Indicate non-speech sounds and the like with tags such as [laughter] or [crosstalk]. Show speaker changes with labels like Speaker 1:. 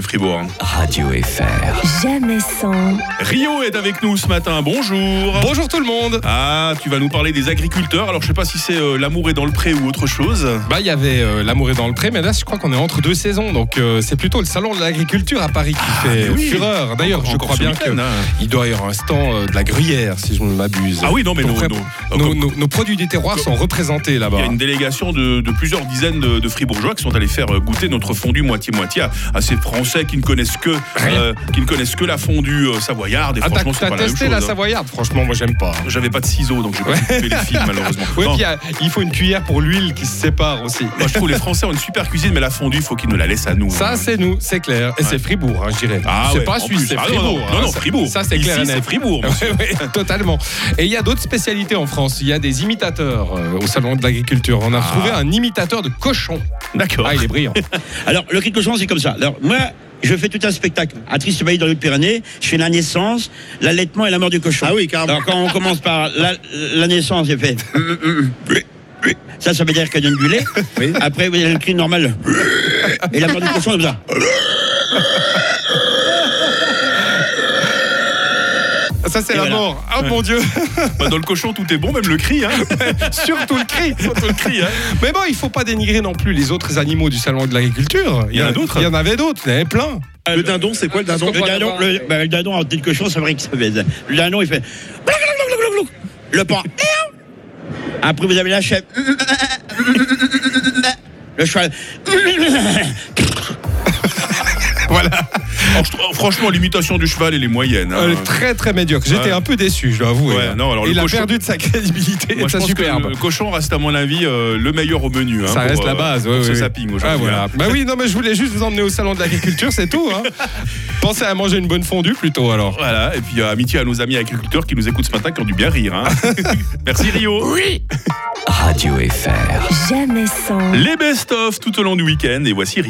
Speaker 1: de Fribourg. hein.
Speaker 2: Radio FR.
Speaker 3: Jamais sans,
Speaker 1: Rio est avec nous ce matin, bonjour
Speaker 4: Bonjour tout le monde
Speaker 1: Ah, tu vas nous parler des agriculteurs, alors je sais pas si c'est euh, l'amour est dans le pré ou autre chose.
Speaker 4: Bah il y avait euh, l'amour est dans le pré, mais là je crois qu'on est entre deux saisons, donc euh, c'est plutôt le salon de l'agriculture à Paris qui
Speaker 1: Ah,
Speaker 4: fait
Speaker 1: mais oui.
Speaker 4: fureur. D'ailleurs, je
Speaker 1: Encore
Speaker 4: crois
Speaker 1: ce
Speaker 4: bien
Speaker 1: week-end,
Speaker 4: que
Speaker 1: hein.
Speaker 4: il doit y avoir un stand euh, de la gruyère, si je ne m'abuse.
Speaker 1: Ah oui, non mais non,
Speaker 4: Donc,
Speaker 1: non.
Speaker 4: nos,
Speaker 1: Comme-
Speaker 4: nos- nos produits du terroir
Speaker 1: comme-
Speaker 4: sont représentés
Speaker 1: Il
Speaker 4: là-bas.
Speaker 1: y a une délégation de, de plusieurs dizaines de, de fribourgeois qui sont allés faire euh, goûter notre fondue moitié-moitié à, à ces Français qui ne connaissent que,
Speaker 4: Rien.
Speaker 1: euh, qui ne connaissent que la fondue euh, savoyarde. Et
Speaker 4: Ah, t'as
Speaker 1: franchement, c'est
Speaker 4: t'as
Speaker 1: pas la même
Speaker 4: testé
Speaker 1: chose,
Speaker 4: la
Speaker 1: hein.
Speaker 4: savoyarde Franchement, moi j'aime pas.
Speaker 1: J'avais pas de ciseaux, donc j'ai pas pu couper les
Speaker 4: [laughs]
Speaker 1: fils malheureusement.
Speaker 4: Ouais,
Speaker 1: Non,
Speaker 4: puis il y a- il faut une cuillère pour l'huile qui se sépare aussi.
Speaker 1: moi je trouve les Français ont une super cuisine, mais la fondue, il faut qu'ils nous la laissent à nous. hein.
Speaker 4: Ça, c'est nous, c'est clair. Et c'est Fribourg, hein, je dirais.
Speaker 1: Ah
Speaker 4: c'est
Speaker 1: ouais,
Speaker 4: pas
Speaker 1: en
Speaker 4: suisse,
Speaker 1: plus.
Speaker 4: c'est
Speaker 1: Ah non, non,
Speaker 4: Fribourg.
Speaker 1: non,
Speaker 4: hein.
Speaker 1: non, Fribourg.
Speaker 4: Ça, c'est
Speaker 1: Ici,
Speaker 4: clair et
Speaker 1: c'est
Speaker 4: net.
Speaker 1: Fribourg, monsieur.
Speaker 4: [laughs] Ouais, ouais, totalement. Et il y a d'autres spécialités en France. Il y a des imitateurs euh, au salon de l'agriculture. On a trouvé un imitateur de cochon.
Speaker 1: Ah. D'accord.
Speaker 4: Ah, il
Speaker 1: [laughs]
Speaker 4: est brillant.
Speaker 5: Alors, le cri de cochon, c'est comme ça. Alors, moi, je fais tout un spectacle. À Triste-Bailly, dans les Pyrénées, je fais la naissance, l'allaitement et la mort du cochon. Ah oui, carrément. Alors, quand on commence par la, la naissance, j'ai fait. [laughs] Ça, ça veut dire qu'elle donne du lait. Après, vous avez le cri [laughs] normal. Et la mort du cochon, comme ça.
Speaker 4: Ça, c'est
Speaker 5: Et
Speaker 4: la
Speaker 5: voilà.
Speaker 4: mort. Ah, mon Dieu.
Speaker 1: Bah, dans le cochon, tout est bon, même le cri. Hein.
Speaker 4: [laughs] Surtout le cri.
Speaker 1: [laughs] Surtout le cri, hein.
Speaker 4: Mais bon, il faut pas dénigrer non plus les autres animaux du salon de l'agriculture.
Speaker 1: Il y en a d'autres.
Speaker 4: Il y en avait d'autres. Il y en avait plein.
Speaker 5: Le dindon, c'est quoi le dindon Le dindon, le, bah, le dindon en tête de cochon, c'est vrai que ça baise. Le dindon, il fait. [laughs] Le pan. Après, vous avez la chèvre. [laughs] Le cheval.
Speaker 4: [laughs]
Speaker 5: [laughs]
Speaker 4: Voilà.
Speaker 1: Alors, je trouve- franchement, l'imitation du cheval, elle est moyenne. hein.
Speaker 4: Euh, très, très médiocre. J'étais
Speaker 1: Ouais.
Speaker 4: un peu déçu, je dois avouer. hein.
Speaker 1: Ouais, non, alors, le
Speaker 4: il a
Speaker 1: cochon-
Speaker 4: perdu de sa [laughs] crédibilité
Speaker 1: Moi,
Speaker 4: et de
Speaker 1: je
Speaker 4: sa
Speaker 1: pense que
Speaker 4: superbe.
Speaker 1: le cochon reste, à mon avis, euh, le meilleur au menu. hein,
Speaker 4: Ça
Speaker 1: pour,
Speaker 4: reste la
Speaker 1: euh,
Speaker 4: base,
Speaker 1: pour
Speaker 4: ouais,
Speaker 1: ce
Speaker 4: ouais.
Speaker 1: zapping aujourd'hui.
Speaker 4: Ah, voilà.
Speaker 1: hein.
Speaker 4: Bah oui, non, mais je voulais juste vous emmener au salon de l'agriculture, c'est tout.
Speaker 1: [laughs]
Speaker 4: hein. Pensez à manger une bonne fondue plutôt alors.
Speaker 1: Voilà, et puis euh, amitié à nos amis agriculteurs qui nous écoutent ce matin, qui ont dû bien
Speaker 4: [laughs]
Speaker 1: rire. hein. Merci Rio.
Speaker 2: Radio FR.
Speaker 3: jamais sans.
Speaker 1: Les best-of tout au long du week-end, et voici Rio.